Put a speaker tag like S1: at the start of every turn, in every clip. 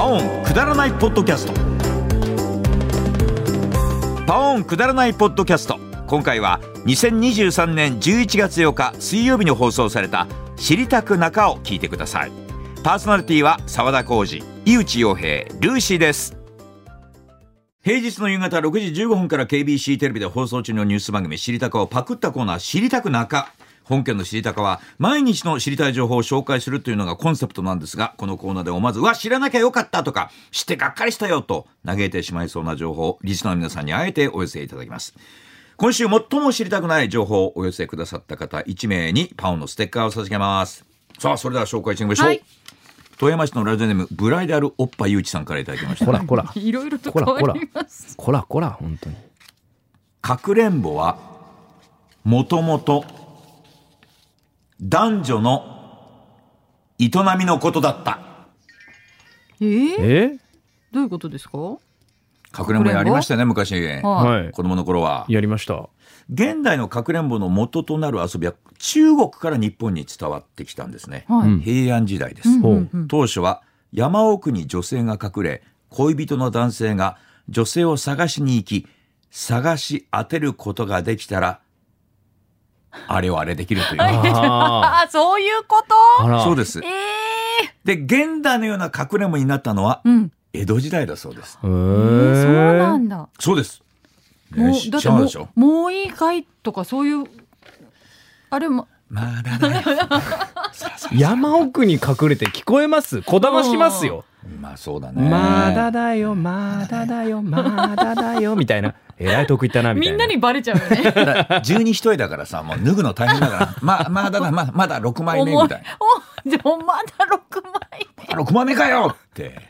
S1: オンくだらないポッドキャストパオンくだらないポッドキャスト今回は2023年11月8日水曜日に放送された「知りたく中」を聞いてくださいパーソナリティは澤田浩二井内洋平ルーシーです平日の夕方6時15分から KBC テレビで放送中のニュース番組「知りたか」をパクったコーナー「知りたくなか」本件の「知りたか」は毎日の知りたい情報を紹介するというのがコンセプトなんですがこのコーナーでもまず「うわ知らなきゃよかった」とか「知ってがっかりしたよ」と嘆いてしまいそうな情報をリスナーの皆さんにあえてお寄せいただきます今週最も知りたくない情報をお寄せくださった方1名にパオのステッカーを差し上げますさあそれでは紹介してみましょう、
S2: はい
S1: 富山市のラジオネームブライダルおっぱゆうちさんからいただきました
S3: こらこら。
S2: いろいろと
S3: こ
S2: 変
S3: らこ
S2: わ
S3: ら
S2: ります。
S3: こらこら、本当に。
S1: かくれんぼはもともと男女の営みのことだった
S2: えー、
S3: え
S2: どういうことですか？
S1: かくれんぼやりましたよね昔、
S2: はい
S3: はい。
S1: 子供の頃は
S3: やりました。
S1: 現代のかくれんぼの元となる遊びは中国から日本に伝わってきたんですね、
S2: はい。
S3: うん
S1: 平安時代です、
S2: うん
S3: ほう
S2: うんうん
S1: 当初は山奥に女性が隠れ恋人の男性が女性を探しに行き探し当てることができたらあれをあれできるという、
S3: あ
S2: あー、 そういうこと？
S3: ーあら。。
S1: そうですす
S2: ええ
S1: で現代のような隠れんぼになったのは
S2: ー、うん。
S1: 江戸時代だそうです
S3: へ
S2: えー、そうな
S3: ー
S2: んだ。
S1: そうです、
S2: も
S1: ね、
S2: う
S1: 知
S2: だ
S1: っ
S2: っ
S1: ち
S2: て
S1: ゃう
S2: も
S1: でし
S2: う
S1: ょ
S2: もういいかいとかそういうあれも
S1: まだだよ
S3: 山奥に隠れて聞こえます。こだましますよ。
S1: まあそうだね
S3: まだだよ、まだだよ、まだだよ、みたいな。えらい得意ったな、みた
S2: み
S3: い
S2: ん
S3: な。
S2: なにバレちゃうよね。
S1: ただ十二一人だからさもう脱ぐの大変だからまあまあだなまあまだ六枚目
S2: 重い
S1: みたいな
S2: おでもまだ六枚
S1: あ六枚目かよ って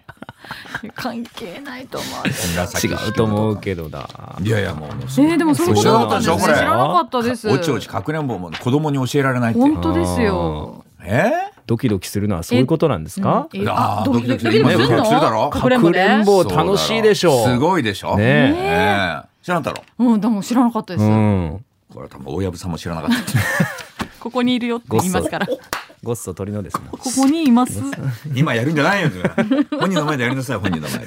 S2: 目関係ないと思う。
S1: 紫
S3: 違
S1: 式部
S3: うと思うけどだ。
S1: いやいやもう
S2: えー、でもそういうことだったんですね。
S1: そう
S2: 知
S1: 知らなかったでしょこれ
S2: らなかったです。
S1: おちおちかくれんぼも子供に教えられないって
S2: 本当ですよ。
S1: え
S3: ドキドキするのはそういうことなんですか
S2: うんえ
S1: あー
S2: ドキドキ
S1: ドキドキ
S2: ドキド
S1: 今ドキドキ
S2: キ
S1: するだろ
S2: かくれんぼ
S3: かくれんぼ
S2: ね。
S3: もう楽しいでしょう
S1: そうだろすごいでしょえ
S3: ね
S1: え知らんだろ
S2: うん、でも知らなかったで
S3: え。う
S2: す。
S3: ん。
S1: これは多分大藪さんも知らなかった
S2: ここにいるよって言いますから。こ
S3: ごっそ鳥のですね。
S2: こにいます。
S1: 今やるんじゃないよ。それ本人の前でやりなさい、本人の前で。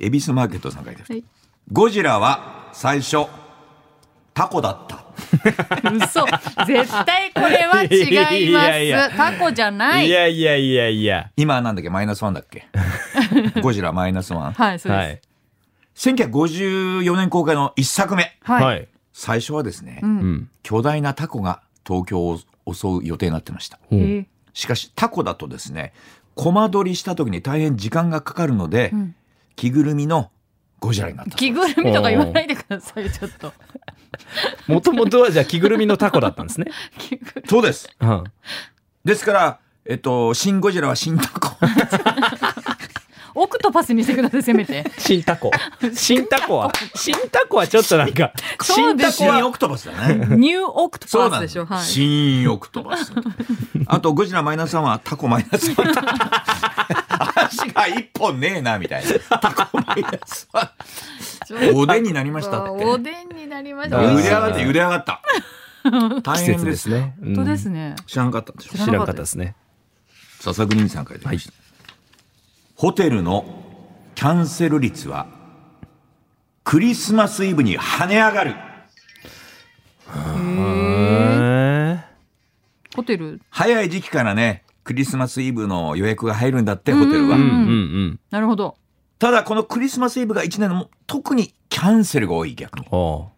S1: 恵比寿マーケットさんがいてる、
S2: はい
S1: ゴジラは最初、タコだった。
S2: 嘘。絶対これは違います。
S3: いやいや
S2: タコじゃない。
S3: いやいやいやいや。
S1: 今なんだっけ、マイナスワンだっけ。 ゴジラマイナスワン。
S2: はい、そう
S3: は
S2: で
S3: い
S2: す。。
S1: 1954年公開の一作目。
S2: はい。
S3: い。
S1: 最初はですね、
S2: うん。
S3: うん。
S1: 巨大なタコが東京を襲う予定になってました。
S3: うん
S2: えー
S1: しかしタコだとですね、コマ撮りした時に大変時間がかかるので、
S2: うん
S1: 着ぐるみのゴジラになった。
S2: 着ぐるみとか言わないでください、ちょっと。
S3: もともとはじゃあ着ぐるみのタコだったんですね。
S2: 着ぐる
S1: そうです。
S3: うん。
S1: ですから、えっと、新ゴジラは新タコ。
S2: オクトパスにしてください、せめて。
S3: 新タ コ。新タコは、新タコはちょっとなんか、
S2: そう
S3: 新
S2: で
S3: タ
S2: す
S3: コ
S2: よ
S1: 新
S3: は、
S1: オクトパスだね。
S2: ニューオクト
S1: そうな
S2: パス
S1: ん
S2: で
S1: で
S2: し
S1: す
S2: ょ。はい。
S1: 新オクトパス。あと、ゴジラマイナスワンはタコマイナスワン。足が一本ねえな、みたいな。タコマイナスワ
S2: ちょっ
S1: ン。おでんになりました
S2: と
S1: って。
S2: お
S1: 茹
S2: でんになりま
S1: で
S2: した。
S3: あー
S1: 上がって、茹で上がった。大
S3: 季
S1: 変
S3: 節
S1: で
S3: ですす。ね。
S2: 本当で
S3: う
S2: す
S3: ん
S2: ね。
S1: 知らなかったんですよ。
S3: 知らなかったですね。
S1: 笹国さんからいただきましたホテルのキャンセル率は、クリスマスイブに跳ね上がる。
S2: へー
S3: へ
S2: ホテル。
S1: 早い時期からね、クリスマスイブの予約が入るんだって、ホテル
S3: ー
S1: は。
S3: うんうん
S2: なるほど。
S1: ただこのクリスマスイブが1年の特にキャンセルが多い逆に
S3: うん。お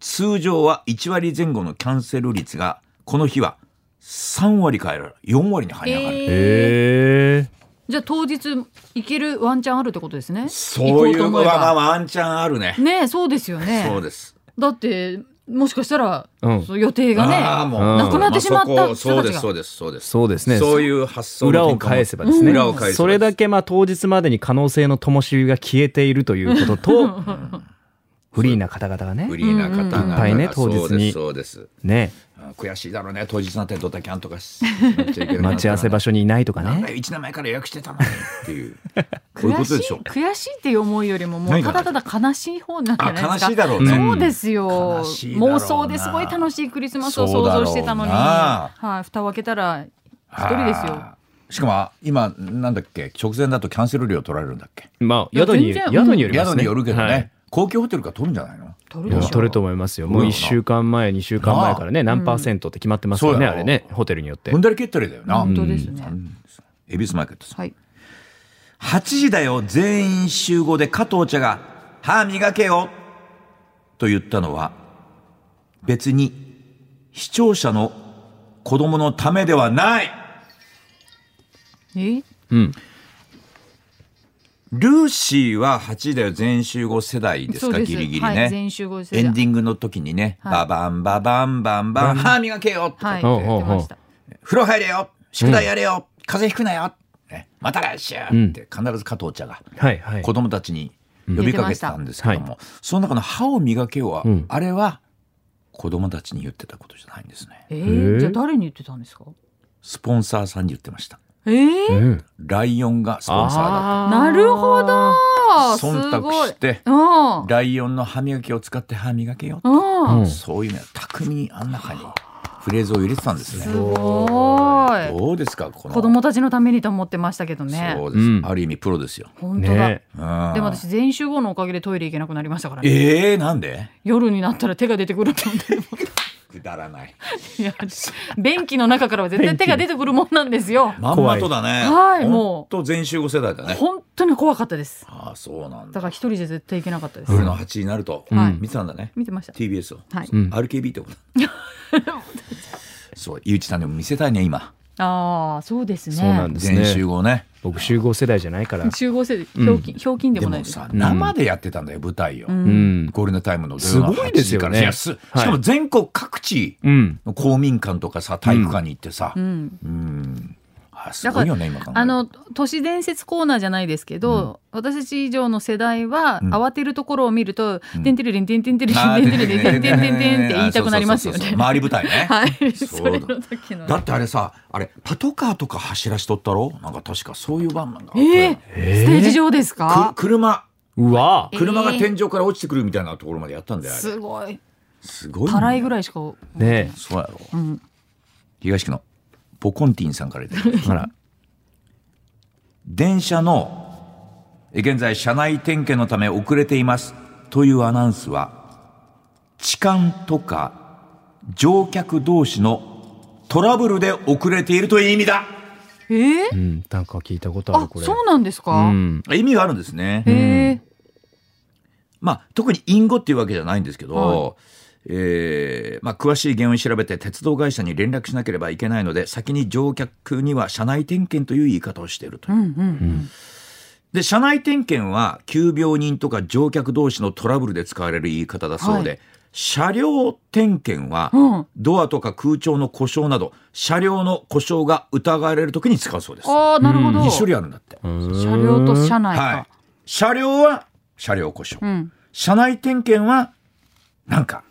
S1: 通常は1割前後のキャンセル率がこの日は3割から4割に跳ね上がる、
S2: えー
S3: へえ。
S2: じゃあ当日行けるワンチャンあるってことですね。
S1: そういうの
S2: 行こうと思えば
S1: がワンチャンあるね
S2: ねえそうですよね。
S1: そうです
S2: だってもしかしたら、
S3: うん
S2: その予定が
S1: あー
S2: ね
S1: も
S3: うん
S1: う
S3: なく
S2: なってしまった
S1: あそこそうで
S2: 人たち
S1: す
S2: が
S1: そうですそうです
S3: そうですね。
S1: そういう発想の
S3: 裏を
S1: 転換も
S3: 返せばですね。
S1: 裏を返せばです
S3: それだけまあ当日までに可能性の灯火が消えているということと、フリーな方々がね
S1: フ。リーな方
S2: うん
S3: うんい
S1: が
S3: っぱいね当日に
S1: そうですそうです
S3: ね。
S1: あー悔しいだろうね当日なんてドタキャンとかしなっちゃいけなかったからね
S3: 待ち合わせ場所にいないとか
S1: なんだ
S3: ね。
S1: よ1年前から予約してたのにって いうこういうこ
S2: 悔
S1: と
S2: し
S1: でし
S2: い
S1: ょ
S2: 悔しいっていう思いよりももう
S1: 何が
S2: ただただ悲しい方なんじゃ
S1: あ
S2: ないで
S1: 悲
S2: すか。
S1: しいだろう
S3: う
S1: ね、
S3: ん
S2: そうですよ
S1: 悲しいだろうな
S2: 妄想ですごい楽しいクリスマスを
S1: そう
S2: 想
S1: だろう
S2: 像
S1: な
S2: してたのに、はい、蓋を開けたら一人ですよ。
S1: あー。しかも今なんだっけ直前だとキャンセル料取られるんだっけ
S3: まあ、
S2: いや
S3: 宿に、
S2: 全
S3: 宿
S2: 然
S3: によりますね。
S1: 宿によるけどね、
S3: はい
S1: 高級ホテルから取るんじゃないの
S2: 取
S3: い
S2: る
S3: や
S2: でしょ
S3: 取ると思いますよ。もう1週間前、2週間前からね、何パーセントって決まってますよ
S1: そう
S3: ね、
S1: だろ
S3: あれね、ホテルによって
S1: 踏ん。だり蹴ったりだよな、
S2: 本当ですね、
S1: 恵比寿マーケットさん
S2: はい
S1: 8時だよ全員集合で加藤茶が「歯磨けよ」と言ったのは別に視聴者の子供のためではない
S2: え
S3: うん。
S1: ルーシーは8時だよ全員集合世代です
S2: そう
S1: か
S2: です
S1: ギリギリ
S2: は
S1: ね、
S2: い、全集合世代
S1: エンディングの時にね「
S2: はい
S1: ババンババンバンバン歯磨けよ」とか
S2: はい
S1: 言って、
S2: 言ってました
S1: 風呂入れよ宿題やれよ、風邪ひくなよ、ね、また来週」って必ず加藤茶が
S3: はいはい。
S1: 子供たちに呼びかけてたんですけども、
S3: うん
S1: その中の「歯を磨けよは」
S3: うん
S1: あれは子供たちに言ってたことじゃないんですね
S2: え
S3: えー
S2: ー、じゃあ誰に言ってたんですか
S1: スポンサーさんに言ってました
S2: えー、
S3: うん
S1: ライオンがスポンサーだっ
S3: あー
S2: なるほど
S1: た
S2: す
S1: 忖度
S2: ごい
S1: して
S2: うん
S1: ライオンの歯磨きを使って歯磨けよ、
S2: うん
S3: うん
S1: そういうね巧みにあん中にフレーズを入れてたんです
S2: す
S1: ね
S2: ごい
S1: どうですかこの
S2: 子供たちのためにと思ってましたけどね
S1: そうです、
S3: うん
S1: ある意味プロですよ、
S2: 本当だ、
S3: ね
S1: うん、
S2: でも私全員集合のおかげでトイレ行けなくなりましたから、ね、
S1: えー、なんで
S2: 夜になったら手が出てくるもんでも
S1: くだらない。
S2: いや便器の中からは絶対手が出てくるもんなんですよ
S1: まんまとだね。
S2: はいも
S1: う。と全集合世代だね。
S2: 本当に怖かったです
S1: ああ、そうなん
S2: だ
S1: だ。
S2: から一人じゃ絶対行けなかったです、
S1: 夜の8時になると、
S2: はい
S1: 見てたんだね。
S2: 見てました
S1: TBS を。
S2: はい、
S3: うん
S1: RKB ってことそう、ゆうちさんでも見せたいね、今。
S2: ああそうですね
S3: そうなんです
S1: 全集
S3: ね。
S1: 合ね。
S3: 僕、集合世代じゃないから。
S2: 集合制でひょうきん、ひょうきんで
S1: で
S2: もない
S1: も
S2: です
S1: さ、生でやってたんだよ、舞台を
S2: う。ん
S3: うん。
S1: ゴールデンタイムの
S3: すごいですよね
S1: 夜の8時からいやすし
S3: はい
S1: かも全国各地
S3: うん。
S1: の公民館とかさ、体育館に行ってさ
S2: う。ん
S1: うん。あすごいよね、今考えると
S2: あの都市伝説コーナーじゃないですけど、私たち以上の世代は、
S1: うん
S2: 慌てるところを見ると「てんてるりんてんてんてるり
S1: あー
S2: んてんてるりんてんてんてんてん」って言いたくなりますよ
S1: そうそうそ
S2: ね
S1: うそう。周り舞台ね。
S2: はい、
S1: そうだ
S2: それの時の。
S1: だってあれさあれパトカーとか走らしとったろなんか確かそういう場面があったよ
S2: ええステージ上です
S1: く
S2: か。
S1: 車
S3: うわ
S2: え
S1: 車が天井から落ちてくるみたいなところまでやったんだよあれ
S2: すごい。
S1: すごい
S2: たらいぐ
S1: い
S2: らいしか。う
S3: ね
S1: そうやろ
S2: ん。
S1: 東区のポコンティンさんからいた だきまし
S3: え。
S1: た
S3: あら。
S1: 電車のえ現在車内点検のため遅れていますというアナウンスは痴漢とか乗客同士のトラブルで遅れているという意味だ
S2: ええ
S3: うん。なんか聞いたことある、
S2: あ
S3: こ、れ。
S2: そうなんですか。
S3: うん。
S1: 意味があるんですね
S2: へえ。
S1: まあ、特に隠語っていうわけじゃないんですけど、
S2: は
S1: えーまあ、詳しい原因を調べて鉄道会社に連絡しなければいけないので先に乗客には車内点検という言い方をしているという
S2: う。んうん
S1: で車内点検は急病人とか乗客同士のトラブルで使われる言い方だそうで、
S2: は
S1: 車両点検は、
S2: うん。うん。
S1: ドアとか空調の故障など車両の故障が疑われる時に使うそうです。
S2: ああ、なるほど。
S1: 2種類あるんだって。
S2: 車両と車内
S1: はい
S2: か。、
S1: 車両は車両故障、
S2: うん。
S1: 車内点検はなんか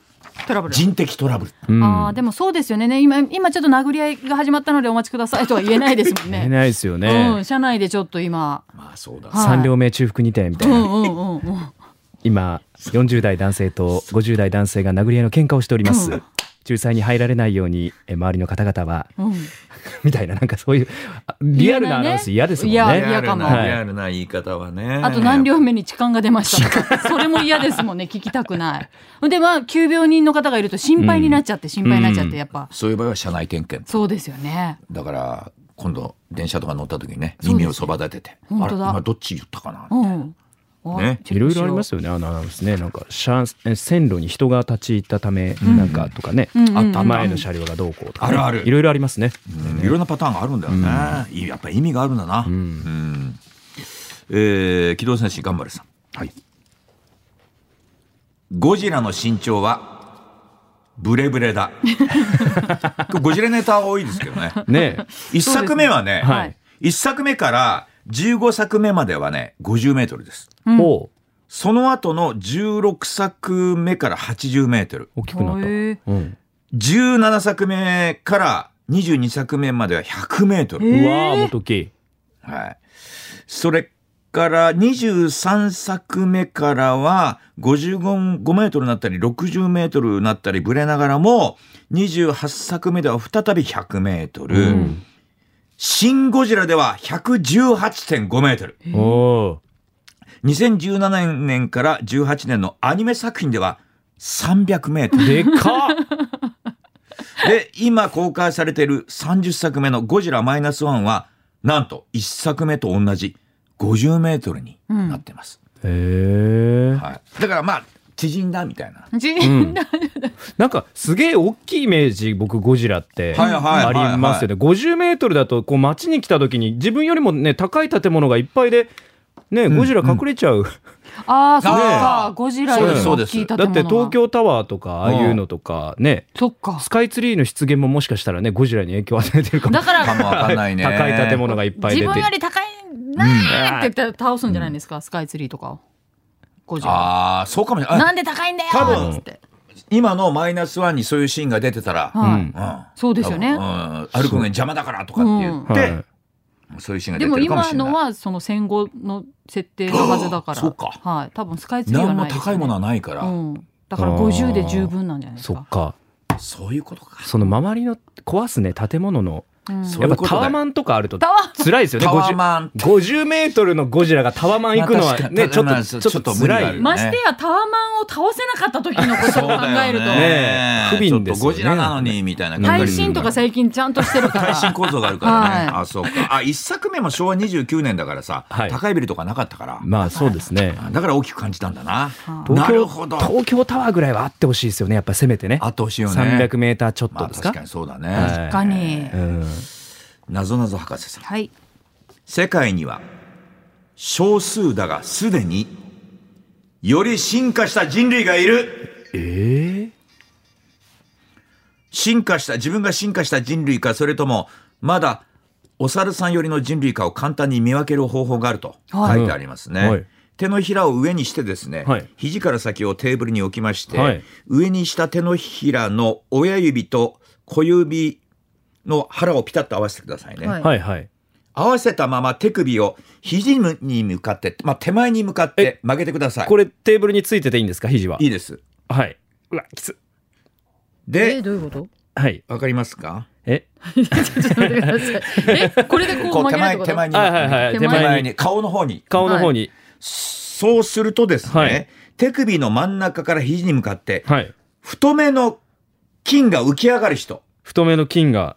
S2: トラブル。
S1: 人的トラブル。
S3: うん。
S2: ああ、でもそうですよねね。今、今ちょっと殴り合いが始まったのでお待ちくださいとは言えないですもん
S3: 言え
S2: ね。
S3: ないですよ
S2: うん、
S3: ね。
S2: 車内でちょっと今。
S1: まあそうだ。
S2: はい
S3: 三両名中腹にてみた
S2: う
S3: い
S2: んう
S3: な。
S2: んうんうん。
S3: 今40代男性と50代男性が殴り合いの喧嘩をしております
S2: う
S3: 仲裁に入られないようにえ周りの方々は
S2: うん、
S3: みたいななんかそういうあリアルなアナウンス嫌ですもん
S2: 言え
S3: ね
S2: ないねいや嫌かも
S1: リアルな
S3: はい
S1: リアルな言い方はね。
S2: あと何両目に痴漢が出ましたとかそれも嫌ですもんね聞きたくないでまあ急病人の方がいると心配になっちゃって、心配になっちゃってやっぱ
S1: そういう場合は車内点検。
S2: そうですよね
S1: だから今度電車とか乗った時にね
S2: そうです
S1: 耳をそば立てて、
S2: 本
S1: あれ
S2: 当だ
S1: 今どっち言ったかな。
S2: うんお
S1: ね
S2: チェ
S3: い
S2: ッ
S3: ろ
S2: ク
S3: い
S2: し
S3: ろありますよねあのアナウンスねなんか車え線路に人が立ち入ったためなんかとかね、
S2: うんうんうん
S3: あ前の車両がどうこうとか、
S1: あるある
S3: いろいろありますね
S1: うんいろんなパターンがあるんだよね。いいやっぱ意味があるんだな。うんえー機動戦士頑張れさん。
S3: はい
S1: ゴジラの身長はブレブレ だ。ゴジラネタ多いですけどね。
S3: ねえ
S1: 一作目はね、
S3: はい
S1: 一作目から15作目まではね、50メートルです。
S2: うん
S3: おう
S1: その後の16作目から80メートル。
S3: 大きくなった、
S2: へえ
S3: うん、
S1: 17作目から22作目までは100メートル。
S2: えー
S3: うわーもっと大きい
S1: はい。それから23作目からは55メートルになったり60メートルになったりぶれながらも28作目では再び100メートル、
S3: うん
S1: シン・ゴジラでは118.5メートル。
S3: おお
S1: 2017年から18年のアニメ作品では300メート
S3: ー。
S1: ル。
S3: でかっ
S1: で、今公開されている30作目のゴジラマイナスワンは、なんと1作目と同じ50メートルになってます。
S3: へえ。
S1: はい。だからまあ、縮んだみた いな。
S2: じ
S3: んなんかすげえ大きいイメージ僕ゴジラって
S1: はいはいはい
S3: ありますよね50メートルだとこう街に来た時に自分よりもね高い建物がいっぱいでねゴジラ隠れちゃう、
S2: ああ、そっ
S1: ね
S2: か
S1: え。
S2: ゴジラより
S1: そう
S2: 大
S1: です
S2: きい建物
S3: だ
S2: が
S3: って東。京タワーとかああいうのとかね
S2: そっか
S3: ス。カイツリーの出現ももしかしたらねゴジラに影響を与えてるかも
S2: だか
S1: かもわ
S2: ら、
S1: かんないね。
S3: 高い建物がいっぱい
S2: 自
S3: 出て
S2: 分より高いなーって言ったら倒すんじゃないんですか、スカイツリーとかを。ゴジラ。
S1: ああ、そうかもしれない。
S2: な
S1: あ
S2: んで高いんだよ
S1: 多
S2: ー
S1: 分
S2: っつって。
S1: 今のマイナスワンにそういうシーンが出てたら、
S2: は
S3: うん
S2: い。
S1: うん
S2: そうですよね
S1: 多。分うん、歩くのに邪魔だからとかって言って、
S3: はい
S1: そういうシーンが
S2: で
S1: 出て
S2: も
S1: るかもし
S2: 今
S1: れない。
S2: のはその戦後の設定のはずだから。
S1: そうか
S2: はい。多分スカイツリーは
S1: 何
S2: な
S1: も
S2: いですよね。
S1: 高いものはないから、
S2: うん。だから50で十分なんじゃないです
S3: そ
S2: か
S3: っ。か
S1: そういうことか。
S3: その周りの壊すね建物の
S2: うん
S1: そう
S3: やっ
S1: いう
S3: ぱ
S1: こと
S3: タ
S1: だよ
S3: ワマンとかあると
S2: タワー
S3: 辛いですよね
S1: タワー
S3: 50
S1: マン。
S3: 50メートルのゴジラがタワマン行くの
S1: まあ
S3: は
S1: 確か
S3: ね
S1: に
S3: ちょ
S1: まあ
S3: っ
S1: ちょ
S3: と
S1: っ
S3: ち
S1: と
S3: ょっと辛い
S1: 無理があ
S2: ましてやタワマンを倒せなかった時のことを考えると。
S3: ね不憫ですよ
S1: ゴ
S3: ね
S1: ジラなのにみたいな
S2: 耐震とか最近ちゃんとしてるから。
S1: 耐震構造があるからね。
S2: はい
S1: あ、そうか。あ、一作目も昭和29年だからさ、
S3: はい
S1: 高いビルとかなかったから。
S3: まあそうですね
S1: だから大きく感じたんだな。
S2: はい
S1: な
S3: 東
S1: る
S3: 京
S1: ほど。
S3: 東京タワーぐらいはあってほしいですよねやっぱせめてね
S1: あってほしいよね。
S3: 300メーターちょっ
S1: ま
S3: と
S1: あ
S3: ですか,、
S1: 確かにそうだね。
S3: はい
S2: 確かに。
S3: うん、
S1: なぞなぞ博士さん。
S2: はい。
S1: 世界には少数だがすでにより進化した人類がいる
S3: ええ
S1: 進化した自分が進化した人類かそれともまだお猿さん寄りの人類かを簡単に見分ける方法があると
S2: は
S1: 書
S2: い
S1: いてありますね、
S3: うんはい
S1: 手のひらを上にしてですね、
S3: はい
S1: 肘から先をテーブルに置きまして、
S3: はい
S1: 上にした手のひらの親指と小指の腹をピタッと合わせてくださいね、
S2: はい
S3: はいはい
S1: 合わせたまま手首を肘に向かって、まあ、手前に向かって曲げてください。
S3: これテーブルについてていいんですか肘はい
S1: いです。
S3: はいうわきつ
S1: で、
S2: どういうこと？
S3: はい
S1: わかりますか
S3: え
S2: ちょっと待ってください。 え、これでこ
S1: こ
S2: う
S1: う
S2: 曲
S1: 手
S2: げるっ
S1: 前
S2: てこ
S1: 手
S2: と？
S1: 前に、
S3: はいはいはい
S2: 手
S3: 手
S2: 前
S1: 手
S2: に
S3: 前
S1: 前
S3: に
S1: に顔の方に。
S3: 顔の方に
S1: そうするとですね、
S3: はい
S1: 手首の真ん中から肘に向かって、
S3: はい
S1: 太めの筋が浮き上がる人。
S3: 太めの筋が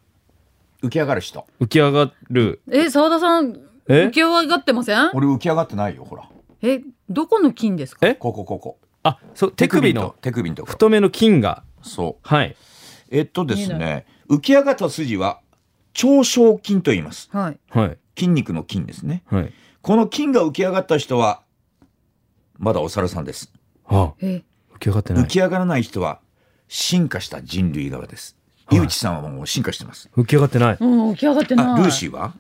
S1: 浮き上がる人。
S3: 浮き上がる
S2: え、澤田さん
S3: え
S2: 浮き上がってません？
S1: 俺浮き上がってないよ、ほら。
S2: え、どこの筋ですか？
S3: え
S1: ここ、ここ。
S3: あそう手首の
S1: と手首のところ。
S3: 太めの筋が
S1: そう。
S3: はい
S1: えっとです
S2: 見え
S1: ね、浮き上がった筋は、長小筋と言います。
S2: はい。
S3: はい
S1: 筋肉の筋ですね。
S3: はい
S1: この金が浮き上がった人は、まだお猿さんです。
S3: あ
S2: え、
S3: 浮き上がってない
S1: 浮き上がらない人は、進化した人類側です。
S3: い
S1: 井内さんはもう進化してます。
S3: 浮き上がってない
S2: うん浮き上がって
S1: あ
S2: な、い。
S1: ルーシーは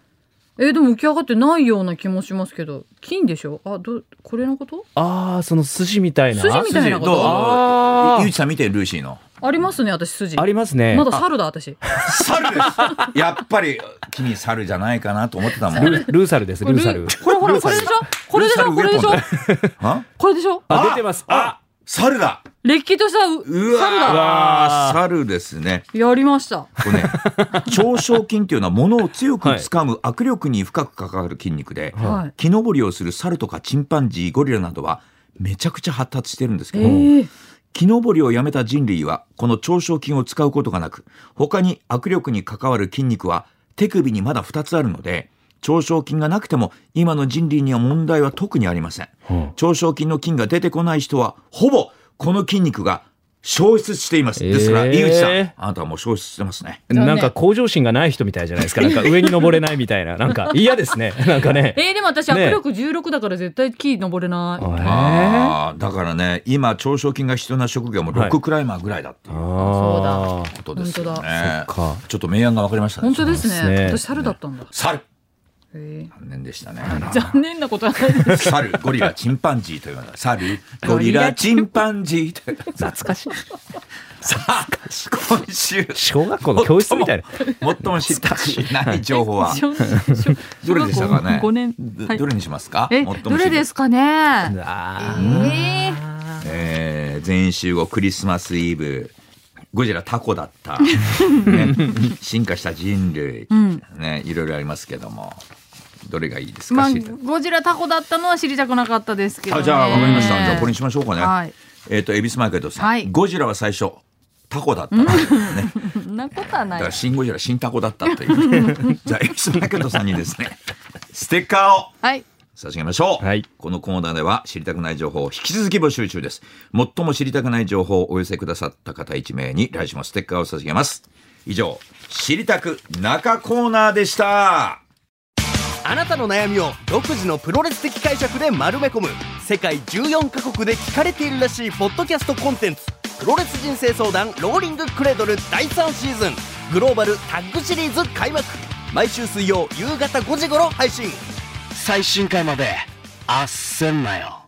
S2: え、でも浮き上がってないような気もしますけど、筋でしょ？あ、どこれのこと？
S3: ああその筋みたいな
S2: 筋みたい
S1: 筋、
S2: な
S1: ど
S2: こ
S1: う
S2: と
S3: あー
S1: 井内さん見て、ルーシーの。
S2: ありますね、私筋。
S3: ありますね
S2: まだ猿だ私。
S1: 猿ですやっぱり、君猿じゃないかなと思ってたもん。
S3: ルルーサルですルーサル
S2: これほらこれでしょ？これでしょ？これでしょ？
S1: あ
S2: これでしょ？
S3: あ出てますあ
S1: あ猿だ
S2: れっきとしたう
S1: うわ
S2: 猿
S1: ー
S2: だ。
S1: 猿ですね。
S2: やりました。
S1: これね、長小筋っていうのは物を強く掴む握力に深く関わる筋肉で、
S2: はい。
S1: 木登りをする猿とかチンパンジーゴリラなどはめちゃくちゃ発達してるんですけ
S2: え
S1: ど、
S2: ー、
S1: 木登りをやめた人類はこの長小筋を使うことがなく他に握力に関わる筋肉は手首にまだ2つあるので長小筋がなくても今の人類には問題は特にありません
S3: うん
S1: 長小筋の筋が出てこない人はほぼこの筋肉が消失しています、ですから
S3: えー
S1: 井口さんあなたはもう消失してますね
S3: なん
S2: 残念
S3: か向上心がない人みたいじゃないですか。なんか上に登れないみ たいな。なんか嫌ですね。なんかね。
S2: えー、でも私
S3: ね
S2: 握力16だから絶対木登れない。
S3: えー
S1: あーだからね今長小筋が必要な職業もロッククライマーぐらいだっていう
S3: あ
S2: そ
S1: ことですよ
S2: 本当
S1: ね
S3: ーか。
S1: ちょっと明暗が分かりましたね
S2: 本当ですね。
S3: そうですね
S2: 私猿だったんだ。
S1: 猿
S2: へ
S1: 残念でしたね。
S2: ー残念なことはないです。
S1: 猿、ゴリラ、チンパンジーというのは、猿、ゴリラ、チンパンジーという。
S3: 懐かしい。
S1: さあ、今週、
S3: 小学校の教室みたいな。
S1: 最も知りたくない情報は、
S2: 小小
S1: どれでしたかね
S2: 小学校5年。は
S1: ど
S2: い
S1: どれにしますか
S2: え、
S1: 最も知りたい
S2: どれですかね。
S3: あ
S2: えー
S1: えー全員集合クリスマスイブ。ゴジラタコだ った、ね、進化した人類、
S2: うん
S1: ね、いろいろありますけどもどれがいいですか、
S2: まあ
S1: 知りたい、
S2: ゴジラタコだったのは知りたくなかったですけど、ね。
S1: あじゃあわかりましたじゃあこれにしましょうかね、
S2: はい
S1: えっ、と恵比寿マーケットさん、
S2: はい
S1: ゴジラは最初タコだったね
S2: そんなことは
S1: だ
S2: な
S1: か
S2: い
S1: ら。新ゴジラ新タコだったという じゃあ恵比寿マーケットさんにですね ステッカーを
S2: はい。
S1: 差し上げましょう、
S3: はい
S1: このコーナーでは知りたくない情報を引き続き募集中です最も知りたくない情報をお寄せくださった方1名に来週もステッカーを差し上げます以上知りたく中コーナーでした
S4: あなたの悩みを独自のプロレス的解釈で丸め込む世界14カ国で聞かれているらしいポッドキャストコンテンツ「プロレス人生相談ローリングクレードル」第3シーズングローバルタッグシリーズ開幕毎週水曜夕方5時頃配信最新回まであっせんなよ